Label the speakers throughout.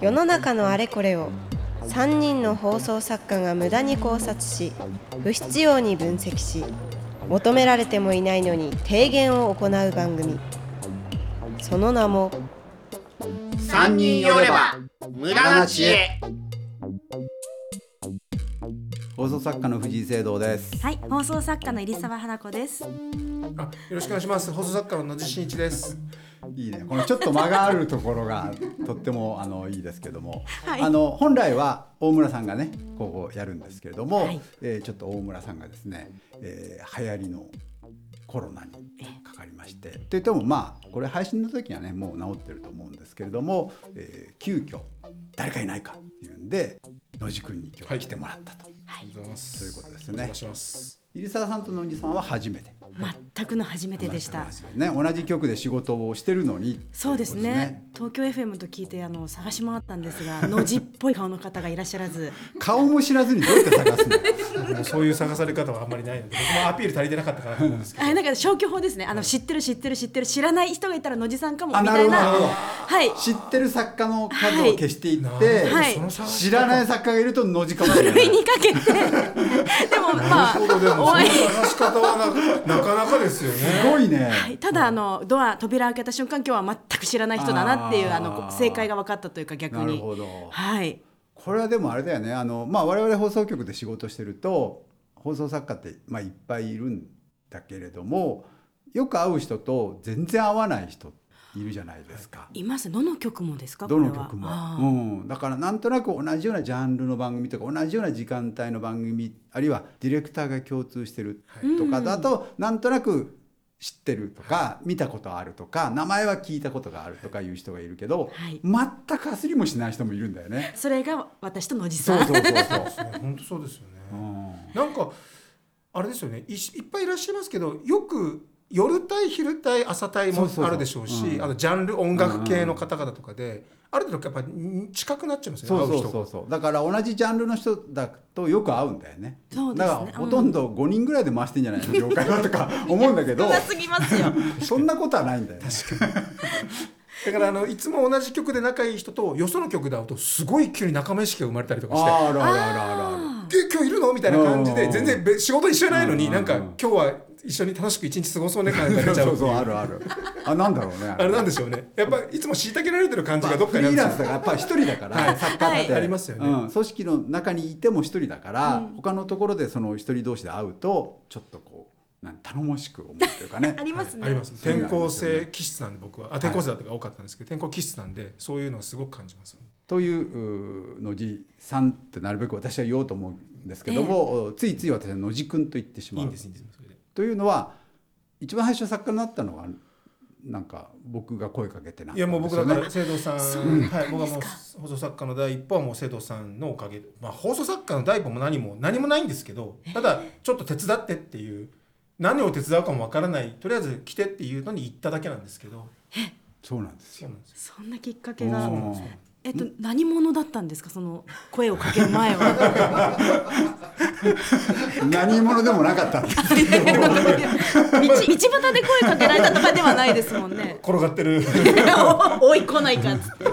Speaker 1: 世の中のあれこれを3人の放送作家が無駄に考察し不必要に分析し求められてもいないのに提言を行う番組その名も
Speaker 2: 三人寄れば無駄な知恵
Speaker 3: 放送作家の藤井聖堂です。
Speaker 4: はい、放送作家の入澤花子です。
Speaker 5: あよろしくお願いします。放送作家の野地真一です。
Speaker 3: いいね。このちょっと間があるところがとってもあのいいですけども、
Speaker 4: はい
Speaker 3: あの本来は大村さんがねこうやるんですけれども、
Speaker 4: はい
Speaker 3: えーちょっと大村さんがですね、えー流行りのコロナにかかりまして、と言ってもまあこれ配信の時にはねもう治ってると思うんですけれども、えー急遽誰かいないかっていうんで野地君に今日来てもらったと。
Speaker 5: ありがとうございます。
Speaker 3: ということですね
Speaker 5: お願いします。
Speaker 3: 入澤さんと野地さんは初めて。
Speaker 4: 全くの初めてでした。
Speaker 3: ね、同じ局で仕事をしてるのに。
Speaker 4: そうです
Speaker 3: ということ
Speaker 4: ね。東京 FM と聞いてあの探し回ったんですが、のじっぽい顔の方がいらっしゃらず、
Speaker 3: 顔も知らずにどうやって探すの
Speaker 5: もうそういう探され方はあんまりないので、僕もアピール足りてなかったかなと思うんですけど。
Speaker 4: あなんか消去法ですね。あの知ってる知ってる知ってる知らない人がいたらのじさんかも
Speaker 3: あ
Speaker 4: み
Speaker 3: な
Speaker 4: た
Speaker 3: る
Speaker 4: い
Speaker 3: ほど
Speaker 4: な。
Speaker 3: なるほど
Speaker 4: はい。
Speaker 3: 知ってる作家の数を
Speaker 4: はい
Speaker 3: 消していっ
Speaker 5: な
Speaker 3: て、
Speaker 5: る
Speaker 4: ほどはい
Speaker 5: その探し方
Speaker 3: 知らない作家がいるとのじかもしれな
Speaker 4: ふい
Speaker 3: い
Speaker 4: にかけて、 でもまあ
Speaker 5: そうでも、
Speaker 4: お会い
Speaker 5: その探し方はななかなかですよ
Speaker 3: す
Speaker 5: ね。
Speaker 3: ごいね、
Speaker 4: はいただあのドア扉開けた瞬間今日は全く知らない人だなっていう
Speaker 3: あー
Speaker 4: あの正解が分かったというか逆に
Speaker 3: なるほど
Speaker 4: はい
Speaker 3: これはでもあれだよねあの、まあ、我々放送局で仕事してると放送作家って、まあ、いっぱいいるんだけれどもよく会う人と全然会わない人いるじゃないですか。
Speaker 4: いますどの曲もですか
Speaker 3: どの
Speaker 4: これは
Speaker 3: 曲
Speaker 4: あ
Speaker 3: も、
Speaker 4: ー
Speaker 3: うん、だからなんとなく同じようなジャンルの番組とか同じような時間帯の番組あるいはディレクターが共通してるとかだと、なんとなく知ってるとか見たことあるとか名前は聞いたことがあるとかいう人がいるけど、
Speaker 4: はい
Speaker 3: 全くかすりもしない人もいるんだよね。
Speaker 4: それが私と野地
Speaker 3: そう
Speaker 4: さ
Speaker 3: んそうそうそう。
Speaker 5: ね本当そうですよね。
Speaker 3: うん
Speaker 5: なんかあれですよねいしいっぱいいらっしゃいますけどよく夜帯昼帯朝帯
Speaker 3: そう
Speaker 5: も
Speaker 3: そうそう
Speaker 5: あるでしょうし
Speaker 3: うん
Speaker 5: あのジャンル音楽系の方々とかで、ある程度やっぱん近くなっちゃいますよ
Speaker 3: そ
Speaker 5: ね
Speaker 3: うそう
Speaker 5: 会う人
Speaker 3: そうそうだから同じジャンルの人だとよく会うんだよね
Speaker 4: そうです
Speaker 3: だ
Speaker 4: ね
Speaker 3: からほとんど5人ぐらいで回してんじゃないの業界はとか思うんだけど
Speaker 4: 少なすぎますよ
Speaker 3: そんなことはないんだよね
Speaker 5: だからあのいつも同じ曲で仲いい人とよその曲で会うとすごい急に仲間意識が生まれたりとかして
Speaker 3: ああらあらあらあら
Speaker 5: 「え今日いるの?」みたいな感じ
Speaker 3: う
Speaker 5: で
Speaker 3: ん
Speaker 5: 全然別仕事一緒じゃないの
Speaker 3: う
Speaker 5: に
Speaker 3: ん
Speaker 5: なんか今日は一緒に楽しく一日過ごそうね感が出ちゃ
Speaker 3: そううそうあるあるあなんだろうねあ
Speaker 5: あれなん
Speaker 3: で
Speaker 5: でしょうねやっぱいつも虐げられてる感じがどっ
Speaker 3: フ
Speaker 5: か
Speaker 3: リ
Speaker 5: にある
Speaker 3: ー
Speaker 5: んです
Speaker 3: ランス
Speaker 5: よ
Speaker 3: だからやっぱり一人だから作家って
Speaker 5: はいありますよね
Speaker 3: うん組織の中にいても一人だから他のところでその一人同士で会うとちょっとこうなん頼もしく思うというかね
Speaker 4: ありますね
Speaker 5: あります
Speaker 3: そういう
Speaker 5: 転
Speaker 3: のあり
Speaker 5: 校
Speaker 3: ますよね
Speaker 5: 生気質なんで僕はあ転校生だったから多かったんですけど、転校気質なんでそういうのはすごく感じます
Speaker 3: といううーのじさんってなるべく私は言おうと思うんですけども、ついつい私はのじくんと言ってし
Speaker 5: い
Speaker 3: ま
Speaker 5: い
Speaker 3: うん
Speaker 5: ですいいんですそれで
Speaker 3: というのは一番最初作家になったのはなんか僕が声かけてなったん
Speaker 5: いやもう
Speaker 3: です
Speaker 5: 僕
Speaker 3: よ
Speaker 5: だ
Speaker 3: ね
Speaker 5: から生徒さんはい僕はもう放送作家の第一歩はもう生徒さんのおかげでまあ放送作家の第一歩も何も何もないんですけどただちょっと手伝ってっていう何を手伝うかもわからないとりあえず来てっていうのに行っただけなんですけど
Speaker 3: そうなんです
Speaker 5: そうなんですよ
Speaker 4: そんなきっかけが
Speaker 3: うん
Speaker 4: えっと何者だったんですかその声をかける前 は
Speaker 3: 何者でもなかったんです
Speaker 4: いやいや道道端で声かけられたとかではないですもんね
Speaker 5: 転がってる
Speaker 4: おい来ないかっつ ってえ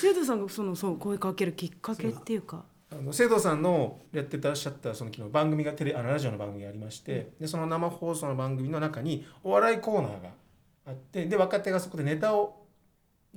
Speaker 4: 生徒さんがそのそう声かけるきっかけっていうか
Speaker 5: あの生徒さんのやってらっしゃったその昨日番組がテレあのラジオの番組がありまして、でその生放送の番組の中にお笑いコーナーがあってで若手がそこでネタを、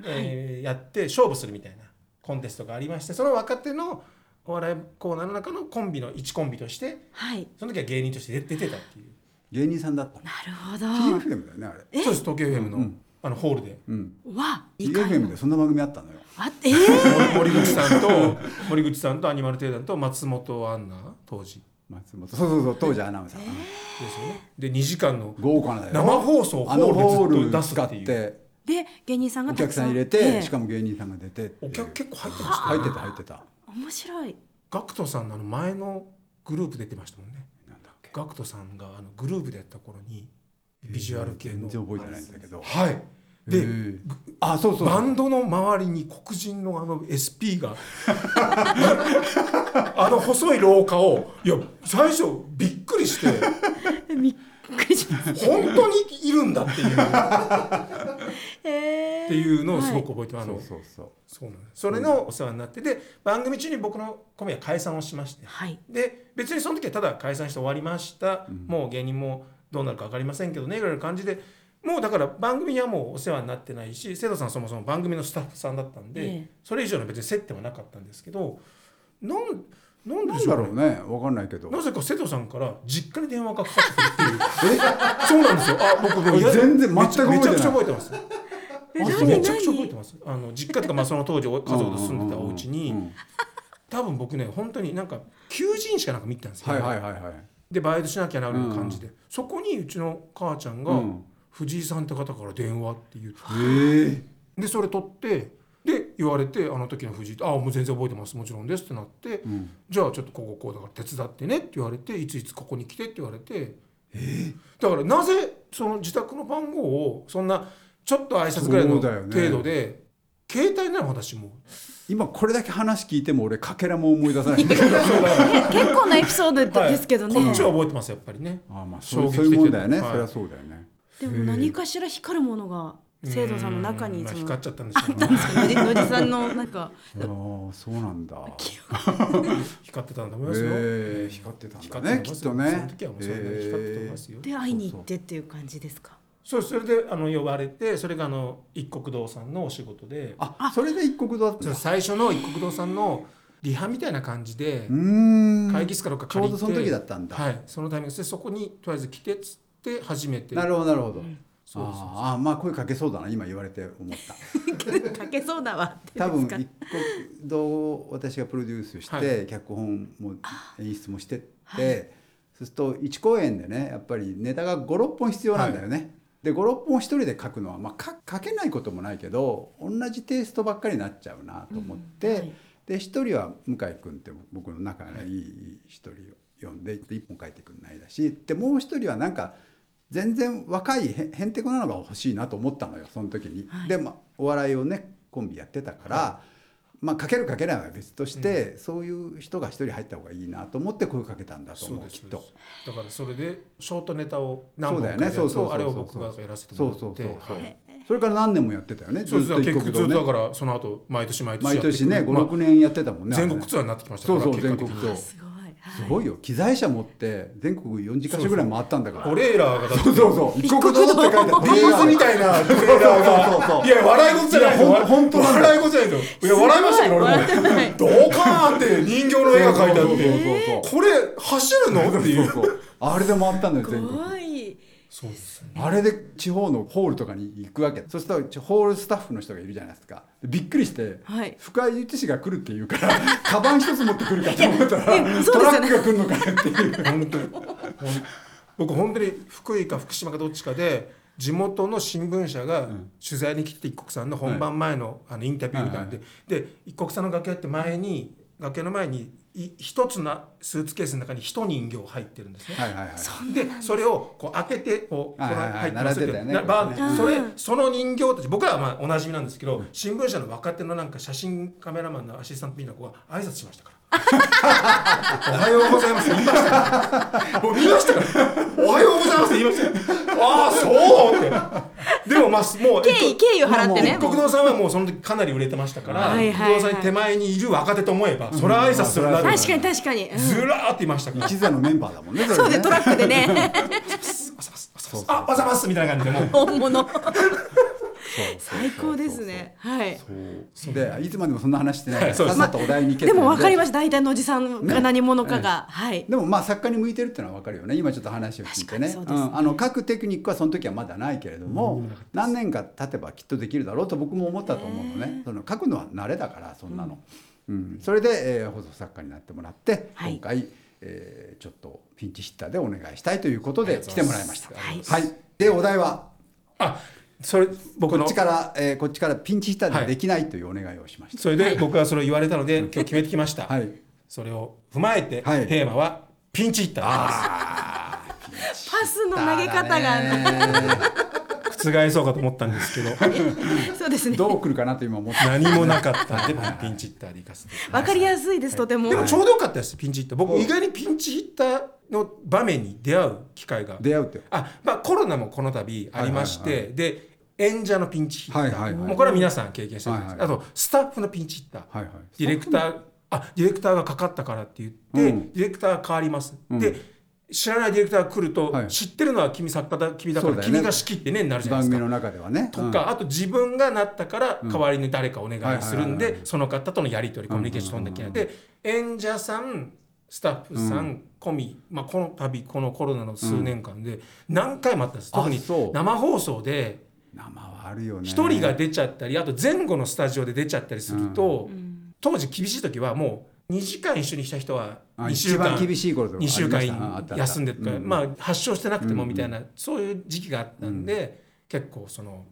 Speaker 5: えーやって勝負するみたいなコンテストがありましてその若手のお笑いコーナーの中のコンビの1コンビとして
Speaker 4: はい
Speaker 5: その時は芸人として出出てたっていう、
Speaker 3: 芸人さんだったの
Speaker 4: なるほ
Speaker 3: TFM だよねあれ
Speaker 4: え
Speaker 5: そうです東京 FM の,、あのホールで
Speaker 3: うん
Speaker 4: どわいか
Speaker 3: TFM でそんな番組あったのよ
Speaker 4: あえ ー、
Speaker 5: 森口さ んと森口さんとアニマル定団と松本アンナ当時
Speaker 3: 松本そうそうそう当時アナウンサー、
Speaker 5: ですよね。で2時間の
Speaker 3: 豪華なよ
Speaker 5: 生放送を
Speaker 3: あのホ
Speaker 5: ホール
Speaker 3: ー
Speaker 5: でず
Speaker 3: ル
Speaker 5: っと出す
Speaker 3: 使
Speaker 5: っ
Speaker 3: って
Speaker 5: いう
Speaker 3: て
Speaker 4: で芸人さんが
Speaker 3: お
Speaker 4: た
Speaker 3: 客
Speaker 4: く
Speaker 3: さ
Speaker 4: さん
Speaker 3: ん入れ
Speaker 4: え
Speaker 3: て
Speaker 4: え
Speaker 3: しかも芸人さんが出てってい
Speaker 5: お
Speaker 3: う
Speaker 5: 客結構入ってました
Speaker 3: 入
Speaker 5: よ
Speaker 3: ってた入ってた
Speaker 4: 面白い
Speaker 5: ガクトさんのあの前のグループ出てましたもんね
Speaker 3: なんだっけ
Speaker 5: ガクトさんがあのグループでやった頃にビジュアル系の
Speaker 3: 全然覚えてないんだけど
Speaker 5: はい
Speaker 3: へ
Speaker 5: で
Speaker 3: ーあそうそう
Speaker 5: バンドの周りに黒人のあの SP が あの細い廊下をいや最初びっくりして
Speaker 4: えびっくりしま した
Speaker 5: 本当にいるんだっていう
Speaker 4: えー
Speaker 5: っていうのをすごく覚えてます、あ
Speaker 3: そ
Speaker 5: の
Speaker 3: うそう
Speaker 5: そ
Speaker 3: そう
Speaker 5: うなんですそれのお世話になってで番組中に僕のコンビは解散をしまして
Speaker 4: はい
Speaker 5: で別にその時はただ解散して終わりました、もう芸人もどうなるか分かりませんけどねぐらいの感じでもうだから番組にはもうお世話になってないし瀬戸さんはそもそも番組のスタッフさんだったんで、
Speaker 4: ええ
Speaker 5: それ以上の別に接点はなかったんですけどなんなんでで
Speaker 3: なん
Speaker 5: しょ
Speaker 3: だ
Speaker 5: うね
Speaker 3: ろうねわかんないけど
Speaker 5: なぜか瀬戸さんから実家に電話がかかってくるっていう そうなんですよあ僕僕
Speaker 3: 全然全く
Speaker 5: めちゃ
Speaker 3: 覚えて
Speaker 5: めち
Speaker 3: ない
Speaker 5: ゃくちゃ覚えてます
Speaker 4: え
Speaker 5: あ
Speaker 4: 何
Speaker 5: そうめちゃくちゃ
Speaker 4: 何
Speaker 5: 覚えてますあの実家とかまあその当時お家族と住んでたお家に、
Speaker 3: うんうんうんうん
Speaker 5: 多分僕ね本当になんか求人しかなんか見てたんですよ、
Speaker 3: はいはいはいはい
Speaker 5: でバイトしなきゃなる感じで、そこにうちの母ちゃんが、
Speaker 3: うん
Speaker 5: 藤井さんって方から電話っていう
Speaker 3: ええ
Speaker 5: でそれ取ってで言われてあの時の藤井ってあもう全然覚えてますもちろんですってなって、じゃあちょっとこここうだから手伝ってねって言われていついつここに来てって言われて、だからなぜその自宅の番号をそんなちょっと挨拶ぐらいの
Speaker 3: そうだよね
Speaker 5: 程度で、携帯なの私も
Speaker 3: 今これだけ話聞いても俺かけらも思い出 さないんだけど
Speaker 4: 結構なエピソードだですけどね、
Speaker 5: こっちは覚えてますやっぱりね
Speaker 3: ああまあそ
Speaker 5: 衝
Speaker 3: う
Speaker 5: 撃的
Speaker 3: そういうもんだよね、
Speaker 5: はい
Speaker 3: そりゃそうだよね
Speaker 4: でも何かしら光るものが生徒さんの中
Speaker 5: うん
Speaker 4: に
Speaker 5: まあ
Speaker 4: その
Speaker 5: 光っちゃったんで
Speaker 4: あ
Speaker 5: しょう
Speaker 4: った
Speaker 5: ね
Speaker 4: んですか野地 野地さんのなんか
Speaker 3: ああそうなんだ
Speaker 5: 光ってたんだと思いますよ、
Speaker 3: ええ光ってたんだ
Speaker 5: 光
Speaker 3: ね
Speaker 5: って
Speaker 3: き
Speaker 5: た
Speaker 3: っ
Speaker 5: と
Speaker 3: と
Speaker 5: 思いますよその
Speaker 3: ね
Speaker 5: 時はもうそれなりに光ってたと思いますよ、
Speaker 4: で会いに行ってっていう感じですか
Speaker 5: そうそれであの呼ばれてそれがあの一国堂さんのお仕事で
Speaker 3: あそれで一国堂だった
Speaker 5: その最初の一国堂さんのリハみたいな感じで
Speaker 3: うーん
Speaker 5: 会議室から借りて
Speaker 3: ちょうどその時だったんだ
Speaker 5: はいそのタイミングでそこにとりあえず来てっつって初めて
Speaker 3: なるほどなるほど、
Speaker 5: そうです
Speaker 3: ああああまあ声かけそうだな今言われて思 った
Speaker 4: かけそうだわって
Speaker 3: 多
Speaker 4: で
Speaker 3: 分
Speaker 4: す
Speaker 3: 一
Speaker 4: か
Speaker 3: 国堂を私がプロデュースして、
Speaker 5: は
Speaker 3: 脚本も演出もしてって、そうすると1公演でねやっぱりネタが56本必要なんだよね。で56本一人で書くのは、まあ、か書けないこともないけど同じテイストばっかりになっちゃうなと思って、
Speaker 4: うんはい
Speaker 3: で一人は向井君って僕の仲がいい一人を呼んで一本書いてくんないだしでもう一人はなんか全然若いへんへんてこなのが欲しいなと思ったのよその時に。で、まあ、お笑いをねコンビやってたから、まあ書ける書けないは別として、そういう人が一人入った方がいいなと思って声かけたんだと
Speaker 5: そう
Speaker 3: 思う
Speaker 5: です
Speaker 3: き
Speaker 5: そう
Speaker 3: っ
Speaker 5: で
Speaker 3: と
Speaker 5: す。だからそれでショートネタを何本
Speaker 3: そう
Speaker 5: か
Speaker 3: だ
Speaker 5: や
Speaker 3: よ
Speaker 5: る
Speaker 3: ね
Speaker 5: やつ
Speaker 3: そうそ
Speaker 5: を
Speaker 3: うそうそう
Speaker 5: あれを僕がやらせてもらって
Speaker 3: そうそうそうそう
Speaker 5: はい
Speaker 3: それから何年もやってたよね。
Speaker 5: そうですだから
Speaker 3: 一
Speaker 5: 結
Speaker 3: 国
Speaker 5: 局
Speaker 3: 道
Speaker 5: ずっ
Speaker 3: ね
Speaker 5: とだからその後毎年毎年
Speaker 3: 毎年ね
Speaker 5: やって
Speaker 3: 5、
Speaker 5: くる
Speaker 3: 6年やってたもん
Speaker 5: ま
Speaker 3: ね。
Speaker 5: あ全国
Speaker 3: ア
Speaker 5: ツアーになってきました
Speaker 3: そうそう
Speaker 5: から結果的に
Speaker 3: 全国ツアー
Speaker 4: すごい
Speaker 3: す
Speaker 4: はい
Speaker 3: ごいよ機材車持って全国40カ所ぐらい回ったんだから。
Speaker 5: トレーラーがだって
Speaker 3: そうそうそう。一国道って書いてある。
Speaker 5: ビーズみたいなトレーラーが
Speaker 3: そうそうそうそう
Speaker 5: いや笑い事じゃないですよ
Speaker 3: いやほん本当なんだ
Speaker 5: 笑い事じゃないですよいや笑いましたよ俺も
Speaker 4: すごい笑って
Speaker 5: ドカーンって人形の絵が描いてあ
Speaker 3: そうそうそう
Speaker 5: っ
Speaker 3: そう
Speaker 5: てこれ走るのっていう
Speaker 3: そうそうあれで回ったのよ
Speaker 4: す
Speaker 3: 全国
Speaker 4: ごい
Speaker 5: そうです
Speaker 3: あれで地方のホールとかに行くわけそしたらホールスタッフの人がいるじゃないですかでびっくりして、
Speaker 4: はい
Speaker 3: 深井由氏が来るっていうから カバン一つ持ってくるかと思ったら、
Speaker 4: いやそ
Speaker 3: ト
Speaker 4: うで
Speaker 3: ラ
Speaker 4: すよね
Speaker 3: ックが来るのかなっていう
Speaker 5: 本当にほん僕本当に福井か福島かどっちかで地元の新聞社が取材に来て一国さんの本番前のあのインタビューみたいなんで、で一国さんの楽屋って前に楽屋の前にい一つなスーツケースの中に一人形入ってるんですね。
Speaker 3: はいはいはい
Speaker 5: でそれをこう開けてこうこ
Speaker 3: はいはいはい
Speaker 5: 入ってますけど
Speaker 3: 並んでたよね
Speaker 5: なバーンって
Speaker 4: うん
Speaker 5: それその人形たち僕らはまあおなじみなんですけど新聞社の若手のなんか写真カメラマンのアシスタントみたいな子が挨拶しましたから おはようございます言いましたよもう見ましたからおはようございます言いましたよああそうってでもまあすもう
Speaker 4: 敬意敬意を払ってね
Speaker 5: 一国堂さんはもうその時かなり売れてましたから
Speaker 4: はい
Speaker 5: 一
Speaker 4: はいはい
Speaker 5: 国堂さんに手前にいる若手と思えばそれは挨拶するなって
Speaker 4: 確かに確かに、うん
Speaker 5: ずらーっていましたから
Speaker 3: 一座のメンバーだもんね
Speaker 4: そ
Speaker 3: そう
Speaker 4: でトラック でね
Speaker 5: あざますあざますあざますみたいな感じでもう
Speaker 4: 本物最高ですねはい
Speaker 3: そうでいつまでもそんな話してないから、
Speaker 5: はいそ
Speaker 3: さ
Speaker 5: う
Speaker 3: っ
Speaker 5: です
Speaker 3: さとお題に行け
Speaker 4: でも分かりま
Speaker 3: し
Speaker 4: した大体野地さんが何者かが、はい
Speaker 3: でもまあ作家に向いてるっていうのは分かるよね今ちょっと話を聞いてね
Speaker 4: 確かにそうですね
Speaker 3: ん、あの書くテクニックはその時はまだないけれども何年か経てばきっとできるだろうと僕も思ったと思うのねその書くのは慣れだからそんなの、うんそれで、えー、放送作家になってもらって、
Speaker 4: はい
Speaker 3: 今回、えーちょっとピンチヒッターでお願いしたいということで来てもらいました。
Speaker 4: はい
Speaker 3: でお題は
Speaker 5: あそれ僕
Speaker 3: こ
Speaker 5: の
Speaker 3: っちから、えーこっちからピンチヒッター
Speaker 5: は
Speaker 3: で
Speaker 5: い
Speaker 3: できないというお願いをしました。
Speaker 5: それで僕はそれを言われたので今日決めてきました、
Speaker 3: はい
Speaker 5: それを踏まえて、
Speaker 3: はい
Speaker 5: テーマはピンチヒッター
Speaker 4: パスの投げ方が、
Speaker 3: が、
Speaker 5: です覆そうかと思ったんですけど
Speaker 4: そうですね
Speaker 3: どう来るかなと今思って
Speaker 5: 何もなかったんでピンチヒッターで行かせていただ
Speaker 4: 分
Speaker 5: き
Speaker 4: かりやすいです、とても
Speaker 5: ますでもちょうどよかったですピンチヒッター僕意外にピンチヒッターの場面に出会う機会が
Speaker 3: 出会うって
Speaker 5: あまあコロナもこの度ありまして、で演者のピンチヒッター、
Speaker 3: はいはいはい
Speaker 5: もうこれは皆さん経験したんです、
Speaker 3: はいはい
Speaker 5: あとスタッフのピンチヒッター、
Speaker 3: はいはい
Speaker 5: ディレクターあディレクターがかかったからって言って、
Speaker 3: うん
Speaker 5: ディレクターが変わります、
Speaker 3: ん
Speaker 5: で知らないディレクターが来ると、
Speaker 3: はい
Speaker 5: 知ってるのは君作家だ君だか
Speaker 3: そう
Speaker 5: ら
Speaker 3: だよね
Speaker 5: 君が仕切ってねになるじゃない
Speaker 3: 番
Speaker 5: です
Speaker 3: 組
Speaker 5: か。
Speaker 3: の中ではね。
Speaker 5: とか、あと自分がなったから代わりに誰かお願いするん
Speaker 3: はいはいはい
Speaker 5: でその方とのやり取りコミュニケーション取んなきゃいけない。で演者さんスタッフさん込み、まあ、この度このコロナの数年間で何回もあったんです、
Speaker 3: あ
Speaker 5: 特に
Speaker 3: そう
Speaker 5: 生放送で
Speaker 3: うん生はあるよね。
Speaker 5: 1人が出ちゃったりあと前後のスタジオで出ちゃったりすると、当時厳しい時はもう2時間一緒にした人は
Speaker 3: あ
Speaker 5: 2週
Speaker 3: 一
Speaker 5: 間
Speaker 3: 番厳しい頃とかあり
Speaker 5: 2
Speaker 3: まし
Speaker 5: 週
Speaker 3: た
Speaker 5: 間
Speaker 3: あったあった
Speaker 5: 休んでとか、
Speaker 3: うん
Speaker 5: まあ、発症してなくてもみたいな、そういう時期があったんで、結構その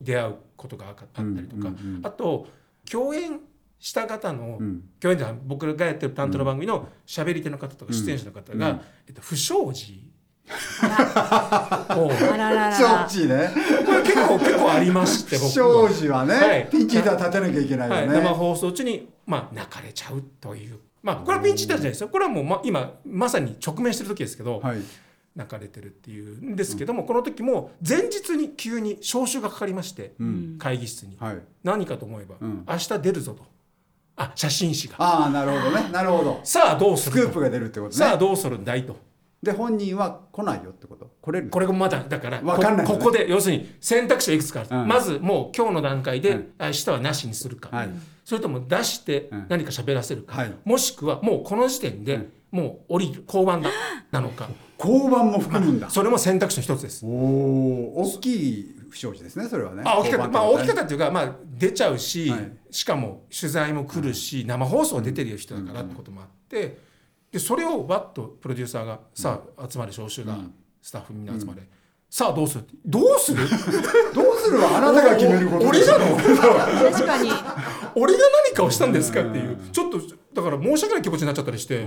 Speaker 5: 出会うことがあかあったりとか、
Speaker 3: うんうんうん
Speaker 5: あと共演した方の、
Speaker 3: うん
Speaker 5: 共演者僕がやってる担当の番組の喋り手の方とか出演者の方が、
Speaker 3: うん
Speaker 5: えっと、不祥事をこ
Speaker 4: あららら
Speaker 3: 不祥
Speaker 4: ら。
Speaker 3: 事ね。
Speaker 5: れ結構結構ありまして僕
Speaker 3: 不
Speaker 5: も
Speaker 3: 祥事は
Speaker 5: は
Speaker 3: ね
Speaker 5: い、
Speaker 3: ピンチヒッター立てなきゃいけない
Speaker 5: はい、
Speaker 3: よね
Speaker 5: 生。放送中に、まあ、泣かれちゃうという、まあ、これはピンチヒッターじゃないですよこれはもう、ま、今まさに直面してる時ですけど、
Speaker 3: はい。
Speaker 5: 泣かれてるっていうんですけども、この時も前日に急に招集がかかりまして、
Speaker 3: うん。
Speaker 5: 会議室に、
Speaker 3: はい。
Speaker 5: 何かと思えば、
Speaker 3: うん
Speaker 5: 明日出るぞとあ写真誌が
Speaker 3: ああ、なるほどね。なるほど。
Speaker 5: さあどうす
Speaker 3: ス
Speaker 5: る
Speaker 3: ク
Speaker 5: と
Speaker 3: ープが出るってこと
Speaker 5: さあ
Speaker 3: ね。
Speaker 5: どうするんだいと
Speaker 3: で、本人は来ないよってこと。来れる。
Speaker 5: これがまだだから
Speaker 3: わかんないよ
Speaker 5: こ
Speaker 3: ね
Speaker 5: ここで要するに選択肢はいくつかある、
Speaker 3: うん
Speaker 5: まずもう今日の段階で、
Speaker 3: うん
Speaker 5: 明日はなしにするか、
Speaker 3: はい。
Speaker 5: それとも出して
Speaker 3: うん
Speaker 5: 何か喋らせるか、
Speaker 3: はい
Speaker 5: もしくはもうこの時点
Speaker 3: う
Speaker 5: で
Speaker 3: ん
Speaker 5: もう降りる降板だなのか
Speaker 3: 交番も含むんだ。
Speaker 5: それも選択肢の一つです。
Speaker 3: おお、大きい不祥事ですね。それはね。
Speaker 5: あ大きかった、まあ、大きかっ
Speaker 3: った
Speaker 5: っていうか、まあ、出ちゃうし、
Speaker 3: はい
Speaker 5: しかも取材も来るし、生放送出てる人だからってこともあって、でそれをわっとプロデューサーが「さあ集まれ招集だ、スタッフみんな集まれ、さあどう する?」どうする
Speaker 3: どうするはあなたが決めること
Speaker 5: 俺なの
Speaker 4: 確かに。
Speaker 5: 俺が何かをしたんですかっていうちょっとだから申し訳ない気持ちになっちゃったりして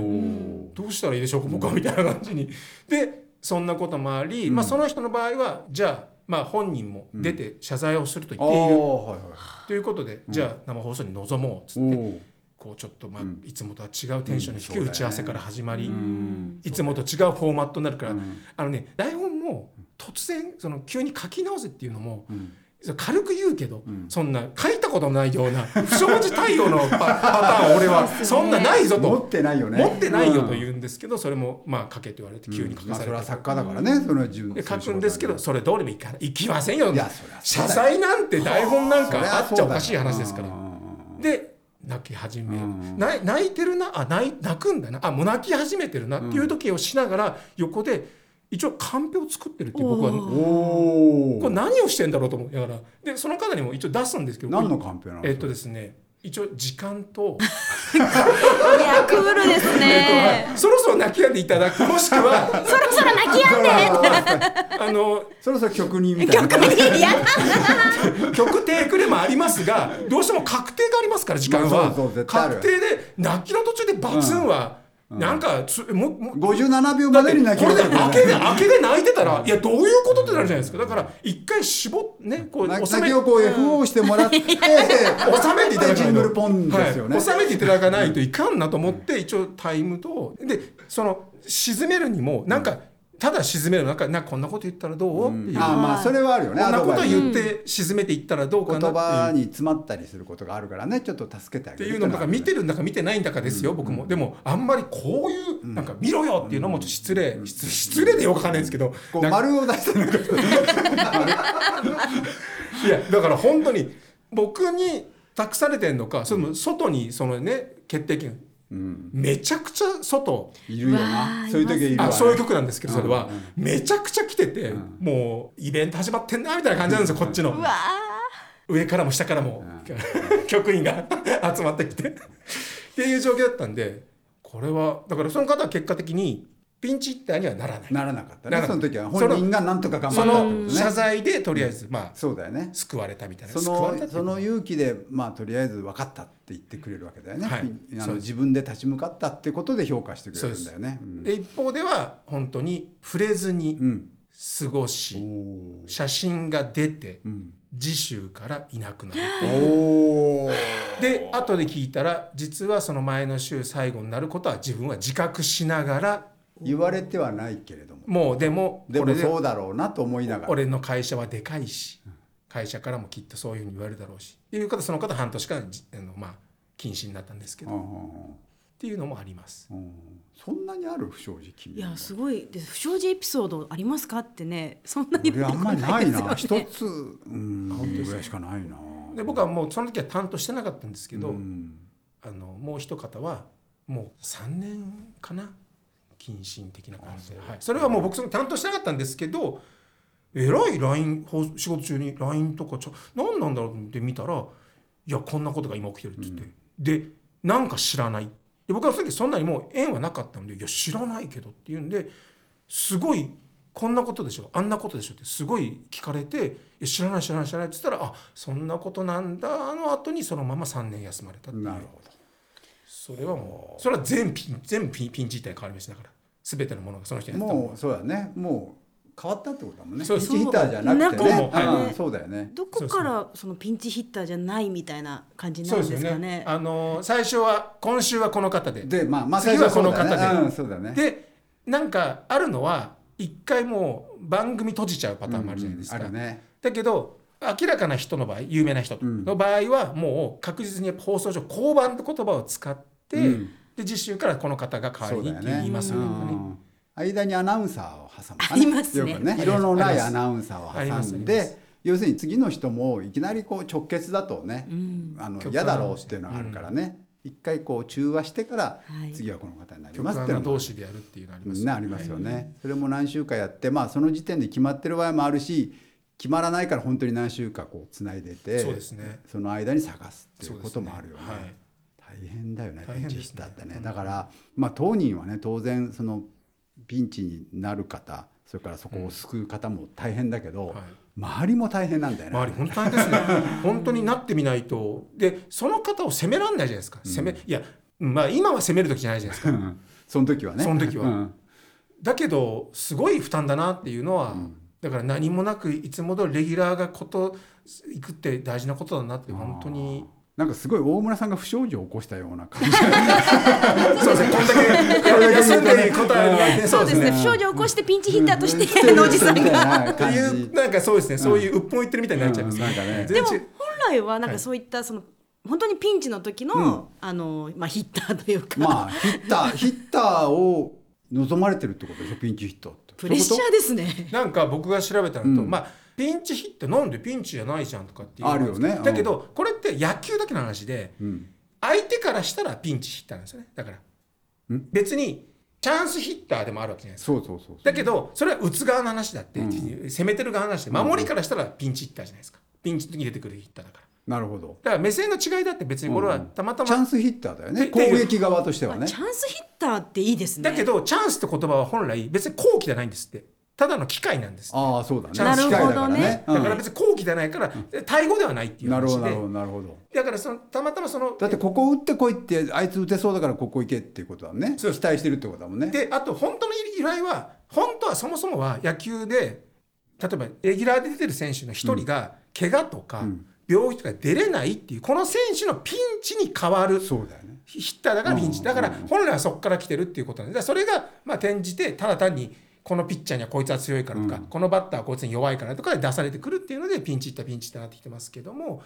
Speaker 5: どうしたらいいでしょうか僕はみたいな感じに。でそんなこともあり、まあ、その人の場合はじゃあまあ本人も出て謝罪をすると言
Speaker 3: あ
Speaker 5: っ
Speaker 3: あ、
Speaker 5: ている、
Speaker 3: はいはい。
Speaker 5: ということでじゃあ生放送に臨もうっつ
Speaker 3: お
Speaker 5: って、
Speaker 3: お。
Speaker 5: こうちょっとまあいつもとは違うテンションの低い
Speaker 3: うん
Speaker 5: 打ち合わせから始まり、
Speaker 3: うん。
Speaker 5: いつもと違うフォーマットになるから、あのね台本も突然その急に書き直せっていうのも、
Speaker 3: ん
Speaker 5: それ軽く言うけど、
Speaker 3: ん
Speaker 5: そんな書いたこともないような不祥事対応のパ パターンを俺はそんなないぞと
Speaker 3: 持ってないよね。
Speaker 5: 持ってないよと
Speaker 3: う
Speaker 5: 言うんですけどそれもまあ書けと言われて
Speaker 3: ん。
Speaker 5: 急に書
Speaker 3: ま
Speaker 5: か
Speaker 3: あ
Speaker 5: さ
Speaker 3: それ
Speaker 5: れ
Speaker 3: は
Speaker 5: て。
Speaker 3: 作家だからね。それは自分
Speaker 5: で書くんですけどそれ通りもいかないいきませんよ
Speaker 3: いやそりゃそう
Speaker 5: 謝
Speaker 3: だよ
Speaker 5: 罪なんて台本なんかあっちゃおかしい話ですから
Speaker 3: うんうんうんうん
Speaker 5: で泣き始め、
Speaker 3: うん
Speaker 5: 泣い泣いてるなあ泣い泣くんだなあもう泣き始めてるなっていう時をしながら横で一応カンペを作ってるっていう僕は
Speaker 4: おー
Speaker 5: こ
Speaker 3: おお
Speaker 5: れ。何をしてんだろうと思いながらでその方にも一応出すんですけど
Speaker 3: 何のカンペなの？
Speaker 5: えっとですね一応時間と、
Speaker 4: いや、クールです
Speaker 5: えっと
Speaker 4: ね。
Speaker 5: そろそろ泣き止んでいただくもしくは
Speaker 4: そろそろ泣きやん
Speaker 5: あの
Speaker 3: そろそろ曲人みたいな
Speaker 4: 曲に。いやだ。
Speaker 5: 曲テイクでもありますがどうしても確定がありますから時間
Speaker 3: まあ
Speaker 5: は
Speaker 3: そうそう絶対ある
Speaker 5: 確定で泣きの途中でバツンは、なんかつもも
Speaker 3: 五十七秒
Speaker 5: だ
Speaker 3: ま
Speaker 5: って
Speaker 3: でに泣き
Speaker 5: これで明
Speaker 3: 泣
Speaker 5: けで明けで泣いてたらいやどういうことってなるじゃないですかだから一回絞っねこう収め
Speaker 3: きをこう FO してもらって、
Speaker 5: 収めていただかないと
Speaker 3: ジングルポンですよね。
Speaker 5: はい収めていただかないといかんなと思って一応タイムとでその沈めるにもなんかただ沈めるなんかなんかこんなこと言ったらどうっていう
Speaker 3: ああ
Speaker 5: こ
Speaker 3: まあそれはあるよ
Speaker 5: ん
Speaker 3: ね。
Speaker 5: なこと
Speaker 3: アドバイ
Speaker 5: 言って沈めていったらどうか
Speaker 3: ス言
Speaker 5: な
Speaker 3: 葉
Speaker 5: っていう
Speaker 3: に詰まったりすることがあるからね、ちょっと助けてあ
Speaker 5: っ
Speaker 3: げ
Speaker 5: て
Speaker 3: る
Speaker 5: いうのもだから見て
Speaker 3: る
Speaker 5: るんだか見てないんだかですよ僕もでもあんまりこういうなんか見ろよっていうのもちょっと失礼失失礼でよくわかんないんですけど
Speaker 3: こう
Speaker 5: なんか
Speaker 3: 丸を出してなんか
Speaker 5: いやだから本当に僕に託されてんのかそれとも外にそのね決定権めちゃくちゃ外
Speaker 3: いるよな。そういう時はいるわ
Speaker 5: あ
Speaker 3: ね。
Speaker 5: そういう曲なんですけどそれはめちゃくちゃ来てて
Speaker 3: ん
Speaker 5: もうイベント始まってんなみたいな感じなんですよこっちの
Speaker 4: うわ
Speaker 5: 上からも下からも 局員が集まってきてっていう状況だったんでこれはだからその方は結果的にピンチヒッターにはならない
Speaker 3: ならなかった
Speaker 5: な
Speaker 3: ね。
Speaker 5: ら
Speaker 3: そ
Speaker 5: な
Speaker 3: の
Speaker 5: い
Speaker 3: 時は本人がなんとか頑
Speaker 5: そ
Speaker 3: 張ったってこと
Speaker 5: の
Speaker 3: ね。
Speaker 5: 謝罪でとりあえずまあ
Speaker 3: そうだよね。
Speaker 5: 救われたみたいな
Speaker 3: そ
Speaker 5: 救われた
Speaker 3: の
Speaker 5: っていう
Speaker 3: そ
Speaker 5: か
Speaker 3: の勇気で、まあ、とりあえず分かったって言ってくれるわけだよね、
Speaker 5: はい
Speaker 3: あ
Speaker 5: そ
Speaker 3: の
Speaker 5: うです
Speaker 3: 自分で立ち向かったってことで評価してくれるんだよね。うん
Speaker 5: で一方では本当に触れずに
Speaker 3: うん
Speaker 5: 過ごし、
Speaker 3: お
Speaker 5: 写真が出て、
Speaker 3: ん
Speaker 5: 次週からいなくなる
Speaker 3: おー
Speaker 5: で後で聞いたら実はその前の週最後になることは自分は自覚しながら
Speaker 3: 言われてはないけれども
Speaker 5: もうでも
Speaker 3: で
Speaker 5: こ
Speaker 3: も
Speaker 5: れで
Speaker 3: そうだろうなと思いながら
Speaker 5: 俺の会社はでかいし会社からもきっとそういうふうに言われるだろうしっていう方その方半年間じあの、まあ、禁止になったんですけ
Speaker 3: う
Speaker 5: ど、っ
Speaker 3: んうん
Speaker 5: ていうのもあります。
Speaker 3: うんうんそんなにある不祥事君
Speaker 4: いやすごいです不祥事エピソードありますかってねそんなに
Speaker 3: 俺あんまりない な
Speaker 4: です
Speaker 3: 一
Speaker 4: よね
Speaker 3: つうんぐらいしかないな
Speaker 5: で僕はもうその時は担当してなかったんですけど、
Speaker 3: うん
Speaker 5: あのもう一方はもう3年かな謹慎的な感じで、はい、それはもう僕その担当してなかったんですけどえらい LINE ほう仕事中に LINE とかちょ何なんだろうって見たらいやこんなことが今起きてるって言って、でなんか知らないで僕はその時そんなにもう縁はなかったので「いや知らないけど」っていうんですごいこんなことでしょあんなことでしょってすごい聞かれていや「知らない知らない知らない」って言ったら「あそんなことなんだ」の後にそのまま3年休まれたっていう
Speaker 3: なるほど
Speaker 5: それはもうそれは全ピン全ピンピン自体変わりましたから全てのものがその人にやったもの
Speaker 3: もうそうだねもう変わったってことだもんね
Speaker 5: そうです
Speaker 3: ピンチヒッターじゃなくてね
Speaker 5: なんかもうはい
Speaker 3: うんそうだよね
Speaker 4: どこからそのピンチヒッターじゃないみたいな感じになるんですかね
Speaker 5: あのー最初は今週はこの方で
Speaker 3: でまあまあ
Speaker 5: 次はこの方で
Speaker 3: そうだよねうんそうだよね
Speaker 5: でなんかあるのは一回もう番組閉じちゃうパターンもあるじゃないですか、
Speaker 3: うんうんあるね
Speaker 5: だけど明らかな人の場合有名な人
Speaker 3: ん
Speaker 5: の場合はもう確実にやっぱ放送上降板って言葉を使って、
Speaker 3: うん
Speaker 5: で実習からこの方が代わ
Speaker 3: そう
Speaker 5: り
Speaker 3: だ
Speaker 5: にっ
Speaker 3: よね
Speaker 5: て言いますよねやっぱね
Speaker 3: うん間にアナウンサーを挟むかな
Speaker 4: ありますね
Speaker 3: よくね
Speaker 5: あります
Speaker 3: 色のないアナウンサーを挟ん
Speaker 5: ありますあり
Speaker 3: で要するに次の人もいきなりこう直結だとね、あの
Speaker 5: 極端な
Speaker 3: 嫌だろうっていうのがあるからね、一回こう中和してから
Speaker 4: はい
Speaker 3: 次はこの方になり
Speaker 5: 局
Speaker 3: ますっていう
Speaker 5: ア
Speaker 3: の
Speaker 5: ナ同
Speaker 3: も
Speaker 5: 士でやるっていうのあり
Speaker 3: う
Speaker 5: ます
Speaker 3: んねありますよね、それも何週かやってまあその時点で決まってる場合もあるし決まらないから本当に何週かこうつないでて
Speaker 5: そうですね
Speaker 3: その間に探すってい
Speaker 5: そう
Speaker 3: う
Speaker 5: ですね
Speaker 3: こともあるよね。
Speaker 5: はい
Speaker 3: 大変だよね
Speaker 5: 大
Speaker 3: ピ
Speaker 5: 変で
Speaker 3: ン
Speaker 5: すね
Speaker 3: チヒッターってね
Speaker 5: うん
Speaker 3: だから、まあ、当人はね当然そのピンチになる方それからそこを救う方も大変だけど、
Speaker 5: はい
Speaker 3: 周りも大変なんだよね。
Speaker 5: 周り本当にです ね本当になってみないとでその方を責めらんないじゃないですか責め、いやまあ今は責める時じゃないじゃないですか
Speaker 3: うんその時はね
Speaker 5: その時は
Speaker 3: うん
Speaker 5: だけどすごい負担だなっていうのは、だから何もなくいつも通りレギュラーがこといくって大事なことだなって本当に
Speaker 3: なんかすごい大村さんが不祥事を起こしたような感 じ
Speaker 5: そうですねこんだけ休んでる答えに
Speaker 4: そうですね
Speaker 3: うん
Speaker 4: 不祥事を起こしてピンチヒッターとしてのおじさん
Speaker 3: み
Speaker 4: が
Speaker 3: たいな
Speaker 5: って
Speaker 3: 感じ
Speaker 5: いうなんかそうですねそういう鬱憤言ってるみたいになっちゃいます、
Speaker 3: うんなんかね
Speaker 5: 全
Speaker 4: で
Speaker 5: 然
Speaker 4: も 本来はな
Speaker 5: は
Speaker 4: んか
Speaker 5: い
Speaker 4: そういったその本当にピンチの時の、
Speaker 3: うん
Speaker 4: あのまあヒッターというか、
Speaker 3: まあヒッターヒッターを望まれてるってことでしょピンチヒッターって
Speaker 4: プレッシ
Speaker 3: そ
Speaker 4: ャ
Speaker 3: ういう
Speaker 4: ーですね。
Speaker 5: なんか僕が調べたのと、
Speaker 3: うん
Speaker 5: まあピンチヒッターなんでピンチじゃないじゃんとかっていう
Speaker 3: あるよねうん
Speaker 5: だけどこれって野球だけの話で、
Speaker 3: ことうん
Speaker 5: 相手からしたらピンチヒッターなんですよねだから
Speaker 3: ん
Speaker 5: 別にチャンスヒッターでもあるわけじゃないですか
Speaker 3: そうそうそう
Speaker 5: だけどそれは打つ側の話だって、
Speaker 3: う
Speaker 5: 攻めてる側の話で守りからしたらピンチヒッターじゃないですかピンチの時に出てくるヒッターだから
Speaker 3: なるほど
Speaker 5: だから目線の違いだって別にこれはたまた
Speaker 3: チ
Speaker 5: ま、
Speaker 3: ャンスヒッターだよ
Speaker 5: で
Speaker 3: ね
Speaker 5: で
Speaker 3: 攻撃側としては
Speaker 4: まあ
Speaker 3: ね
Speaker 4: チャンスヒッターっていいですね。
Speaker 5: だけどチャンスって言葉は本来別に好機じゃないんですってただの機会なんです
Speaker 3: ああそうだね
Speaker 5: チャンス
Speaker 3: 機会だ
Speaker 4: な
Speaker 3: か
Speaker 4: るほ
Speaker 3: ら
Speaker 4: ど
Speaker 3: ね
Speaker 4: ね
Speaker 3: うん
Speaker 5: だから別に好機じゃないから、対語ではないっていう
Speaker 3: なるほ
Speaker 5: 話
Speaker 3: どなるほど
Speaker 5: で
Speaker 3: なるほど
Speaker 5: だからそのたまたまその
Speaker 3: だってここ打ってこいってあいつ打てそうだからここ行けっていうことだもんね期
Speaker 5: そう
Speaker 3: 待
Speaker 5: です
Speaker 3: してるってことだもんね
Speaker 5: であと本当の依頼は本当はそもそもは野球で例えばレギュラーで出てる選手の一人が怪我とか
Speaker 3: うん
Speaker 5: 病気とか出れないっていうこの選手のピンチに変わる
Speaker 3: そうだよね
Speaker 5: ヒッターだからピンチ
Speaker 3: うん
Speaker 5: だから
Speaker 3: うん
Speaker 5: 本来はそこから来てるっていうことなんでだからそれがまあ転じてただ単にこのピッチャーにはこいつは強いからとか、
Speaker 3: うん
Speaker 5: このバッターはこいつに弱いからとかで出されてくるっていうのでピンチいったピンチいったなってきてますけども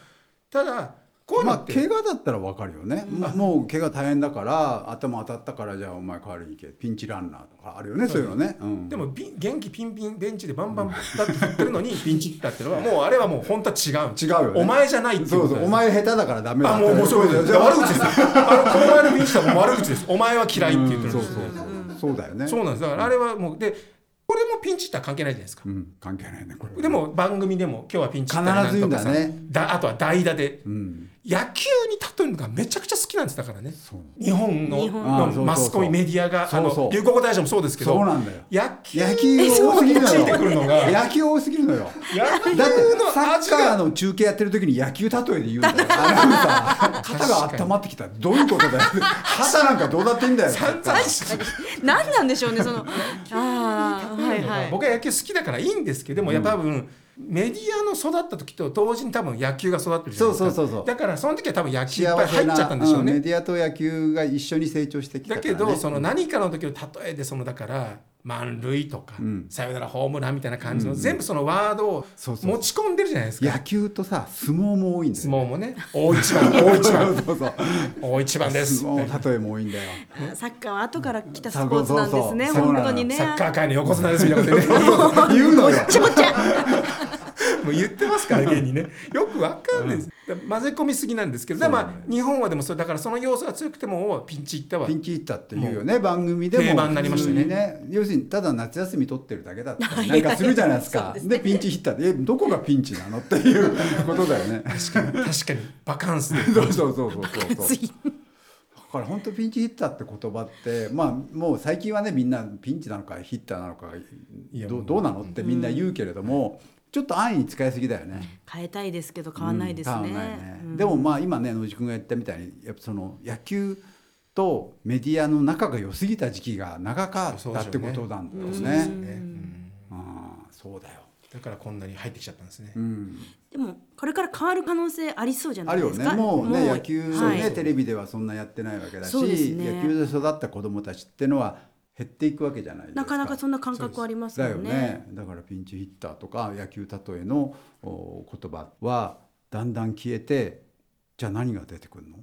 Speaker 5: ただこういう
Speaker 3: ま
Speaker 5: の
Speaker 3: あ
Speaker 5: って、
Speaker 3: 怪我だったらわかるよね、まあもう怪我大変だから頭当たったからじゃあお前代わりに行けピンチランナーとかあるよねそういうのね、うん、
Speaker 5: でもピン元気ピンピンベンチでバンバンだって振ってるの にピンチヒッターっていうのはもうあれはもう本当は違うん
Speaker 3: 違うよね
Speaker 5: お前じゃないっていう
Speaker 3: そう
Speaker 5: こと
Speaker 3: そう
Speaker 5: だ
Speaker 3: お
Speaker 5: よ
Speaker 3: 前下手だからダメだ
Speaker 5: あもうもうそうです
Speaker 3: よ
Speaker 5: 悪口ですよあのこの前のピンチヒッターも悪口ですお前は嫌いって言ってるんです
Speaker 3: そ
Speaker 5: よ
Speaker 3: うそうそうそうだよね
Speaker 5: そうなんですだからあれはもうでこれもピンチヒッター関係ないじゃないですか
Speaker 3: うん、関係ないねこれ
Speaker 5: でも番組でも今日はピンチヒッター
Speaker 3: 必ず言うんだね
Speaker 5: なんとかさだあとは代打で
Speaker 3: うん
Speaker 5: 野球に例えるのがめちゃくちゃ好きなんですだからね
Speaker 3: そう
Speaker 5: 日本の
Speaker 4: 日本
Speaker 3: の
Speaker 5: のマスコミ
Speaker 3: あーそうそうそう
Speaker 5: メディアがあ
Speaker 3: そうそう
Speaker 5: の流行語大賞もそうですけど
Speaker 3: そうなんだよ
Speaker 5: 野球
Speaker 3: 野球多すぎる
Speaker 5: え
Speaker 3: の
Speaker 5: そう陥ってくるのが
Speaker 3: よ野球多すぎる のよ
Speaker 5: 野球
Speaker 3: だってサ
Speaker 5: の
Speaker 3: ッ
Speaker 5: 味
Speaker 3: カー
Speaker 5: が
Speaker 3: の中継やってる時に野球例えで言う んだよ。アナウンサー肩が温まってきた。どういうことだよ。肩なんかどうだっていいんだよ。
Speaker 5: 散々して
Speaker 4: 何なんでしょうね そのああはいはい。
Speaker 5: 僕は野球好きだからいいんですけどでもやっぱ多分メディアの育った時と同時に多分野球が育ってるじゃないですか
Speaker 3: そうそうそうそう
Speaker 5: だからその時は多分野球いっぱい
Speaker 3: 幸
Speaker 5: 入
Speaker 3: せ
Speaker 5: っちゃった
Speaker 3: なん
Speaker 5: でしょう
Speaker 3: うん
Speaker 5: ね
Speaker 3: メディアと野球が一緒に成長してきた
Speaker 5: だ
Speaker 3: から
Speaker 5: け
Speaker 3: ね。
Speaker 5: どその何かの時の例えでそのだから満塁とか、
Speaker 3: うん
Speaker 5: サヨナラホームランみたいな感じの、
Speaker 3: うんうん
Speaker 5: 全部そのワードを
Speaker 3: そうそう
Speaker 5: 持ち込んでるじゃないですか
Speaker 3: 野球とさ相撲も多いんだよ
Speaker 5: 相撲もね大一番大一番
Speaker 3: そうそう
Speaker 5: 大一番です
Speaker 3: 相撲の例えも多いん だよ
Speaker 4: サッカーは後から来たスポーツなんですね。
Speaker 3: そうそうそう
Speaker 4: 本当にね。
Speaker 5: サッカー界の横綱ですみたいなことね
Speaker 3: 言うの よ
Speaker 5: もう言ってますから現にねよくわかんないです、だから混ぜ込みすぎなんですけどだから
Speaker 3: そ
Speaker 5: ま
Speaker 3: うだね
Speaker 5: あ日本はでもそれだからその要素が強くてもおうピンチいったわ
Speaker 3: ピンチヒッターっていうよね番組でも
Speaker 5: 定番になりましたね
Speaker 3: 普通に要するにただ夏休み取ってるだけだったりなんかするじゃな いですかでピンチヒッターでえどこがピンチなのっていうことだよね
Speaker 5: 確かに確かにバカンスで
Speaker 3: そうそうそうそうそう
Speaker 4: つい
Speaker 3: だから本当ピンチヒッターって言葉ってまあもう最近はねみんなピンチなのかヒッターなのか
Speaker 5: いや
Speaker 3: ど
Speaker 5: も
Speaker 3: う
Speaker 5: う
Speaker 3: どうなのってみんな言うけれども、ちょっと安易に使いすぎだよね。
Speaker 4: 変えたいですけど変わんないですね。
Speaker 3: うん変わんないね
Speaker 4: うん
Speaker 3: でもまあ今ね野地君が言ったみたいにやっぱその野球とメディアの仲が良すぎた時期が長かったってことなんだろう
Speaker 5: ね、
Speaker 3: ね。
Speaker 5: うん
Speaker 3: ああそうだよ。
Speaker 5: だからこんなに入ってきちゃったんですね、
Speaker 3: うん、
Speaker 4: でもこれから変わる可能性ありそうじゃな
Speaker 3: あ
Speaker 4: い
Speaker 3: るよ
Speaker 4: です
Speaker 3: ね
Speaker 4: か。
Speaker 3: もうね野球を
Speaker 4: は
Speaker 3: ね、
Speaker 4: い
Speaker 3: テレビではそんなやってないわけだし、
Speaker 4: そうです
Speaker 3: 野
Speaker 4: ね
Speaker 3: 球で育った子どもたちってのは減っていくわけじゃないですか。
Speaker 4: なかなかそんな感覚あります
Speaker 3: だ
Speaker 4: よ
Speaker 3: よ
Speaker 4: ね。
Speaker 3: ねだからピンチヒッターとか野球例えのお言葉はだんだん消えてじゃあ何が出てくるの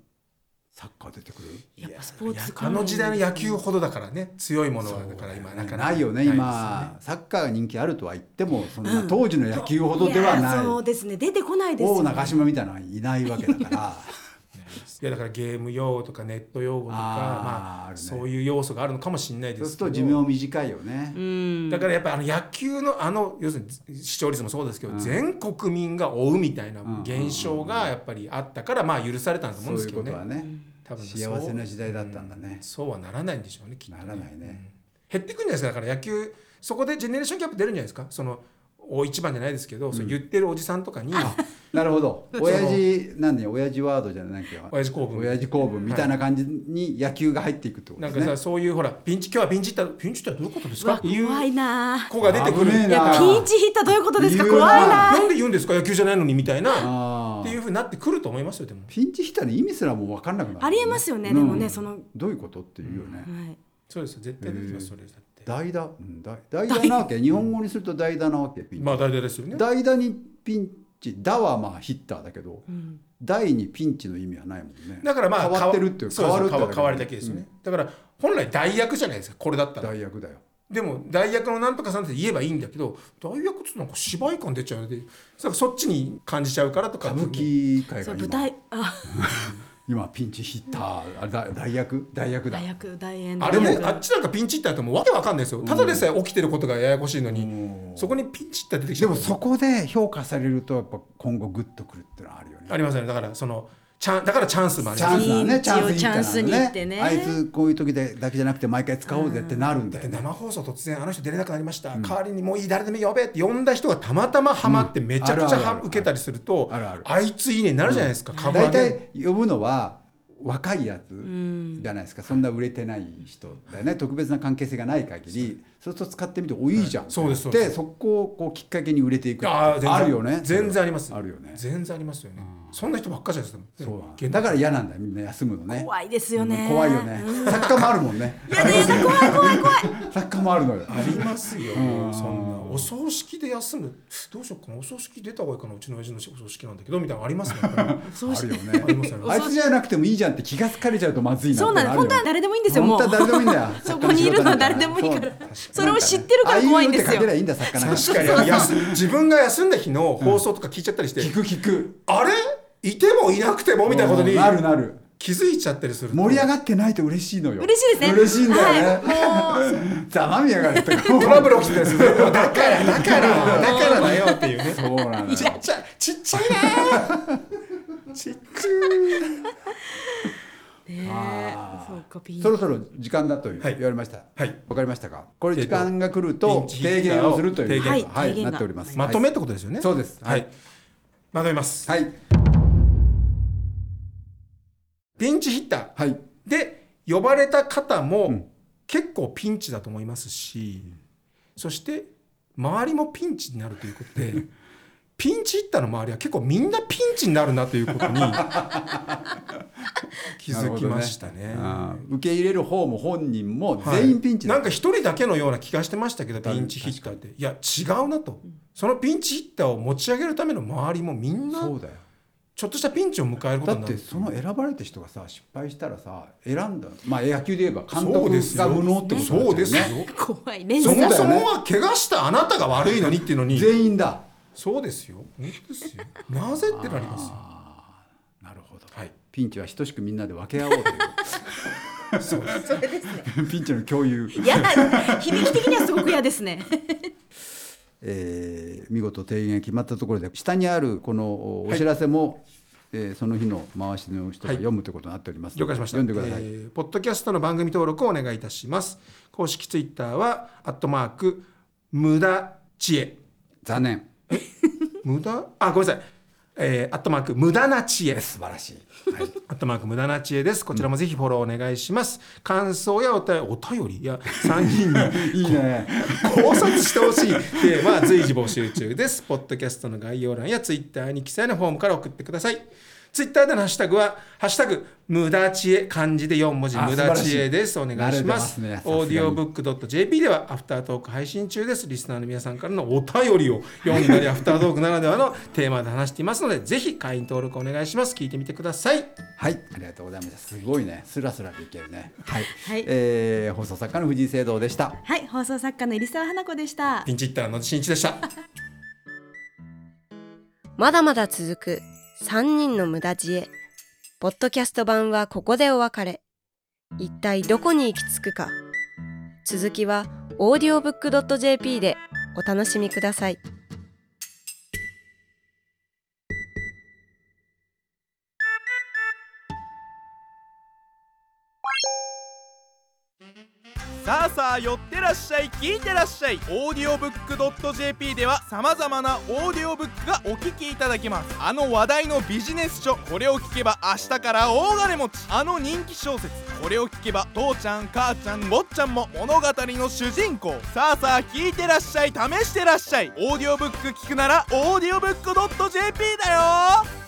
Speaker 3: サッカー出てくる
Speaker 4: やっぱスポー
Speaker 5: いや
Speaker 4: ツ
Speaker 5: あの時代の野球ほどだからね強いものはだから今なかなか
Speaker 3: ないよね
Speaker 5: です
Speaker 3: 今サッカーが人気あるとは言ってもそんな当時の野球ほどではい
Speaker 4: や
Speaker 3: ない,、
Speaker 4: そうですね出てこないですよ、ね。
Speaker 3: 大中島みたいなのはいないわけだから。
Speaker 5: いやだからゲーム用語とかネット用語とか
Speaker 3: あー
Speaker 5: まあ
Speaker 3: あるね
Speaker 5: そういう要素があるのかもしれないで
Speaker 3: そうす
Speaker 5: す
Speaker 3: る
Speaker 5: けど
Speaker 3: と寿命短いよね。
Speaker 4: うん。
Speaker 5: だからやっぱりあの野球のあの要するに視聴率もそうですけど、全国民が追うみたいな現象がやっぱりあったからまあ許されたんだと思
Speaker 3: そ
Speaker 5: うんで
Speaker 3: うい
Speaker 5: す
Speaker 3: う
Speaker 5: けど
Speaker 3: こ
Speaker 5: ね
Speaker 3: とはね、
Speaker 5: 多分
Speaker 3: 幸せな時代だったんだね
Speaker 5: そうはならないんでしょうねきっと
Speaker 3: な
Speaker 5: ね
Speaker 3: らないね。
Speaker 5: 減ってくんじゃないですかだから野球そこでジェネレーションギャップ出るんじゃないですかその大一番じゃないですけど、そう言ってるおじさんとかに
Speaker 3: なるほど。親父なんで親父ワードじゃないけど、
Speaker 5: 親父構文
Speaker 3: 親父構文みたいな感じに野球が入っていくってこと
Speaker 5: な
Speaker 3: で
Speaker 5: ん
Speaker 3: す
Speaker 5: か
Speaker 3: ね。
Speaker 5: さそういうほらピンチ今日はピンチったピンチってどういうことです
Speaker 4: う
Speaker 5: か
Speaker 4: わ
Speaker 5: っていう
Speaker 4: 怖いなあ。
Speaker 5: 子が出てくる
Speaker 3: 危ねえ
Speaker 4: い
Speaker 3: な
Speaker 4: やピンチヒッターどういうことですか
Speaker 3: 言うな
Speaker 4: 怖いなあ。
Speaker 5: なんで言うんですか野球じゃないのにみたいな
Speaker 3: あ
Speaker 5: ってい
Speaker 3: あ
Speaker 5: うふうになってくると思いますよでも。
Speaker 3: ピンチヒッターの意味すらもう分かんなくなる、
Speaker 4: ありえますよねでもねその
Speaker 3: どういうことっていうよね。
Speaker 4: はい。
Speaker 5: そうですよ絶対出てますそれだって。
Speaker 3: 代打、うん代代打なわけ。日本語にすると代打なわけ。ピンチ
Speaker 5: まあ大体ですよね。
Speaker 3: 代打にピンチ、打はまあヒッターだけど、
Speaker 4: うん
Speaker 3: 代にピンチの意味はないもんね。
Speaker 5: だからまあ
Speaker 3: 変わってるっていう
Speaker 5: 変わ
Speaker 3: 変わ
Speaker 5: る
Speaker 3: るってだけ
Speaker 5: 変わるだけですよね。だから本来代役じゃないですかこれだったら。
Speaker 3: 代役だよ。
Speaker 5: でも代役のなんとかさんって言えばいいんだけど代役ってなんか芝居感出ちゃうのでそそっちに感じちゃうからとか。
Speaker 3: 歌舞伎界
Speaker 4: そ
Speaker 3: が
Speaker 4: う
Speaker 3: 今
Speaker 4: 舞台あ
Speaker 3: 今ピンチヒッターあだ代役代役だ
Speaker 4: 大学大演
Speaker 5: あれも
Speaker 4: 大学
Speaker 5: あっちなんかピンチったともうわけわかんないですよ。ただでさえ起きてることがややこしいのにそこにピンチった出てきち
Speaker 3: で
Speaker 5: ゃう。
Speaker 3: もそこで評価されるとやっぱ今後グッとくるっていうのはあるよね
Speaker 5: ありますよねだからそのチャンだからチャンスもあり
Speaker 3: チ
Speaker 5: ます
Speaker 3: ャンスだねチャンス
Speaker 4: 一応チャンスに行ってね
Speaker 3: あいつこういう時でだけじゃなくて毎回使おうぜってなるんだよね
Speaker 5: 生放送突然あの人出れなくなりました、代わりにもういい誰でも呼べって呼んだ人がたまたまハマってめちゃくちゃ
Speaker 3: あるあるあ
Speaker 5: は
Speaker 3: る
Speaker 5: 受けたりすると
Speaker 3: あるある
Speaker 5: あいついいねになるじゃないですか、株は
Speaker 3: 大
Speaker 5: ね
Speaker 3: 体呼ぶのは若いやつじゃないですかそんな売れてない人だよね特別な関係性がない限りそうすると使ってみておいいじゃん
Speaker 5: そうですそうです
Speaker 3: でそこをこうきっかけに売れていく
Speaker 5: あー全然
Speaker 3: あるよね
Speaker 5: 全然あります
Speaker 3: あるよね
Speaker 5: 全然ありますよね、そんな人ばっかじゃないですか
Speaker 3: そうなんだ
Speaker 5: 現
Speaker 3: だから嫌なんだよみんな休むのね
Speaker 4: 怖いですよね。
Speaker 3: 怖いよね作家もあるもんね
Speaker 4: いやね怖い怖い怖い。
Speaker 3: 作家もあるのよ
Speaker 5: ありますよ、そんなお葬式で休むどうしようかなお葬式出た方がいいかなうちの親父のお葬式なんだけどみたいなのありますねやっぱり
Speaker 4: そ う
Speaker 3: あ
Speaker 4: し
Speaker 3: るよ
Speaker 5: あります
Speaker 3: ね
Speaker 5: あり。
Speaker 3: あ
Speaker 5: ま
Speaker 3: いつじゃなくてもいいじゃんって気がつかれちゃうとまずいなって
Speaker 4: そうなんです
Speaker 3: あるよ
Speaker 4: 本当は誰でもいいんですよもう
Speaker 3: 本当は誰でもいいんだよ。
Speaker 4: そこにいるのは誰でもいいから
Speaker 3: そう
Speaker 4: それを知ってるから怖いんですよ
Speaker 3: ああいうのって書けりゃいいんだ作家なんか
Speaker 5: 確かに休自分が休んだ日の放送とか聞いちゃったりして、
Speaker 3: 聞く聞く。
Speaker 5: あれいてもいなくてもみたいなことに
Speaker 3: なるなる。
Speaker 5: 気づいちゃったりすると
Speaker 3: 盛り上がってないと嬉しいのよ。
Speaker 4: 嬉しいですね。
Speaker 3: 嬉しいんだよね。
Speaker 4: はい、 もう
Speaker 3: ざまみやがるとか。
Speaker 5: トラブル起きてるんですよ。だから、だから、 だからだよっていうね。
Speaker 3: そうなんだ
Speaker 5: ち
Speaker 3: よ
Speaker 5: っ。ちゃい、ちっちゃいなー。ちっち
Speaker 4: ね
Speaker 3: あ
Speaker 4: え
Speaker 3: ー
Speaker 4: そうかピン
Speaker 3: そろそろ時間だと言
Speaker 5: はい
Speaker 3: われました。
Speaker 5: ゃい。はい。
Speaker 3: わかりましたか。これ時間が来ると
Speaker 5: ピンチヒ
Speaker 3: 提
Speaker 5: ッターを
Speaker 3: 言をするという
Speaker 4: 提言
Speaker 3: は
Speaker 4: はい提
Speaker 3: い
Speaker 4: 言が
Speaker 3: なっております。
Speaker 5: まとめってことですよね。
Speaker 3: そうです
Speaker 5: はい。まとめます。
Speaker 3: はい
Speaker 5: ピンチヒッタ
Speaker 3: はい
Speaker 5: ーで呼ばれた方
Speaker 3: うん
Speaker 5: も結構ピンチだと思いますし、そして周りもピンチになるということ で、ピンチヒッターの周りは結構みんなピンチになるなということに気づきました ね
Speaker 3: なるほどねうん受け入れる方も本人も
Speaker 5: はい
Speaker 3: 全員ピンチだ、
Speaker 5: なんか一人だけのような気がしてましたけどピンチヒッターっていや違うなとそのピンチヒッターを持ち上げるための周りもみんな
Speaker 3: そうだよ
Speaker 5: ちょっとしたピンチを迎えるこ
Speaker 3: だ
Speaker 5: とに
Speaker 3: っ
Speaker 5: なる
Speaker 3: てその選ばれた人がさ失敗したらさ選んだまあ野球で言えば監
Speaker 5: そう
Speaker 3: 督
Speaker 5: です
Speaker 3: が
Speaker 5: よ
Speaker 3: 無能ってことだよね
Speaker 5: そうですよ
Speaker 4: 怖い連
Speaker 5: そ
Speaker 4: 鎖
Speaker 5: も
Speaker 3: うだ
Speaker 5: そ
Speaker 3: よね
Speaker 5: もは怪我したあなたが悪いのにっていうのに
Speaker 3: 全員だ
Speaker 5: そうですよ本当ですよなぜってなりますよ
Speaker 3: あーなるほど、
Speaker 5: はい
Speaker 3: ピンチは等しくみんなで分け合おうとい
Speaker 5: そうです
Speaker 4: それですね
Speaker 3: う ピンチの共有
Speaker 4: いや 響き的にはすごく嫌ですね
Speaker 3: えー見事提言が決まったところで下にあるこのおお知らせも、えーその日の回しの人が読むということになっております
Speaker 5: 了
Speaker 3: の
Speaker 5: 解
Speaker 3: で、
Speaker 5: しました
Speaker 3: 読んでください、
Speaker 5: えーポッドキャストの番組登録をお願いいたします公式ツイッターはアットマーク無駄知恵
Speaker 3: 残念
Speaker 5: 無駄あごめんなさいえー、アットマーク無駄な知恵
Speaker 3: 素晴らしい、はい、
Speaker 5: アットマーク無駄な知恵ですこちらもぜひフォローお願いします感想やお便りお便りいや3人に
Speaker 3: いいね
Speaker 5: 考察してほしいテーマは随時募集中です。ポッドキャストの概要欄やツイッターに記載のフォームから送ってください。ツイッターでのハッシュタグは、ハッシュタグ、無駄知恵、漢字で4文字、
Speaker 3: あ
Speaker 5: 無駄知恵です。
Speaker 3: 素
Speaker 5: お
Speaker 3: 晴らし
Speaker 5: 願い
Speaker 3: い
Speaker 5: します。
Speaker 3: 慣れてますね
Speaker 5: オーディオブックドット JP では、アフタートーク配信中です。リスナーの皆さんからのお便りを読んだり、アフタートークならではのテーマで話していますので、ぜひ会員登録お願いします。聞いてみてください。
Speaker 3: はい、ありがとうございました。すごいね、スラスラといけるね。はい、
Speaker 4: はい
Speaker 3: えー放送作家の藤井聖堂でした。
Speaker 4: はい放送作家の入沢花子でした
Speaker 5: ピンチヒッターの新一でした。
Speaker 1: まだまだ続く3人の無駄知恵。ポッドキャスト版はここでお別れ。一体どこに行き着くか。続きは audiobook.jp でお楽しみください。
Speaker 6: さあさあ寄ってらっしゃい聞いてらっしゃいオーディオブックドット JP ではさまざまなオーディオブックがお聞きいただけますあの話題のビジネス書これを聞けば明日から大金持ちあの人気小説これを聞けば父ちゃん母ちゃん坊ちゃんも物語の主人公さあさあ聞いてらっしゃい試してらっしゃいオーディオブック聞くならオーディオブックドット JP だよ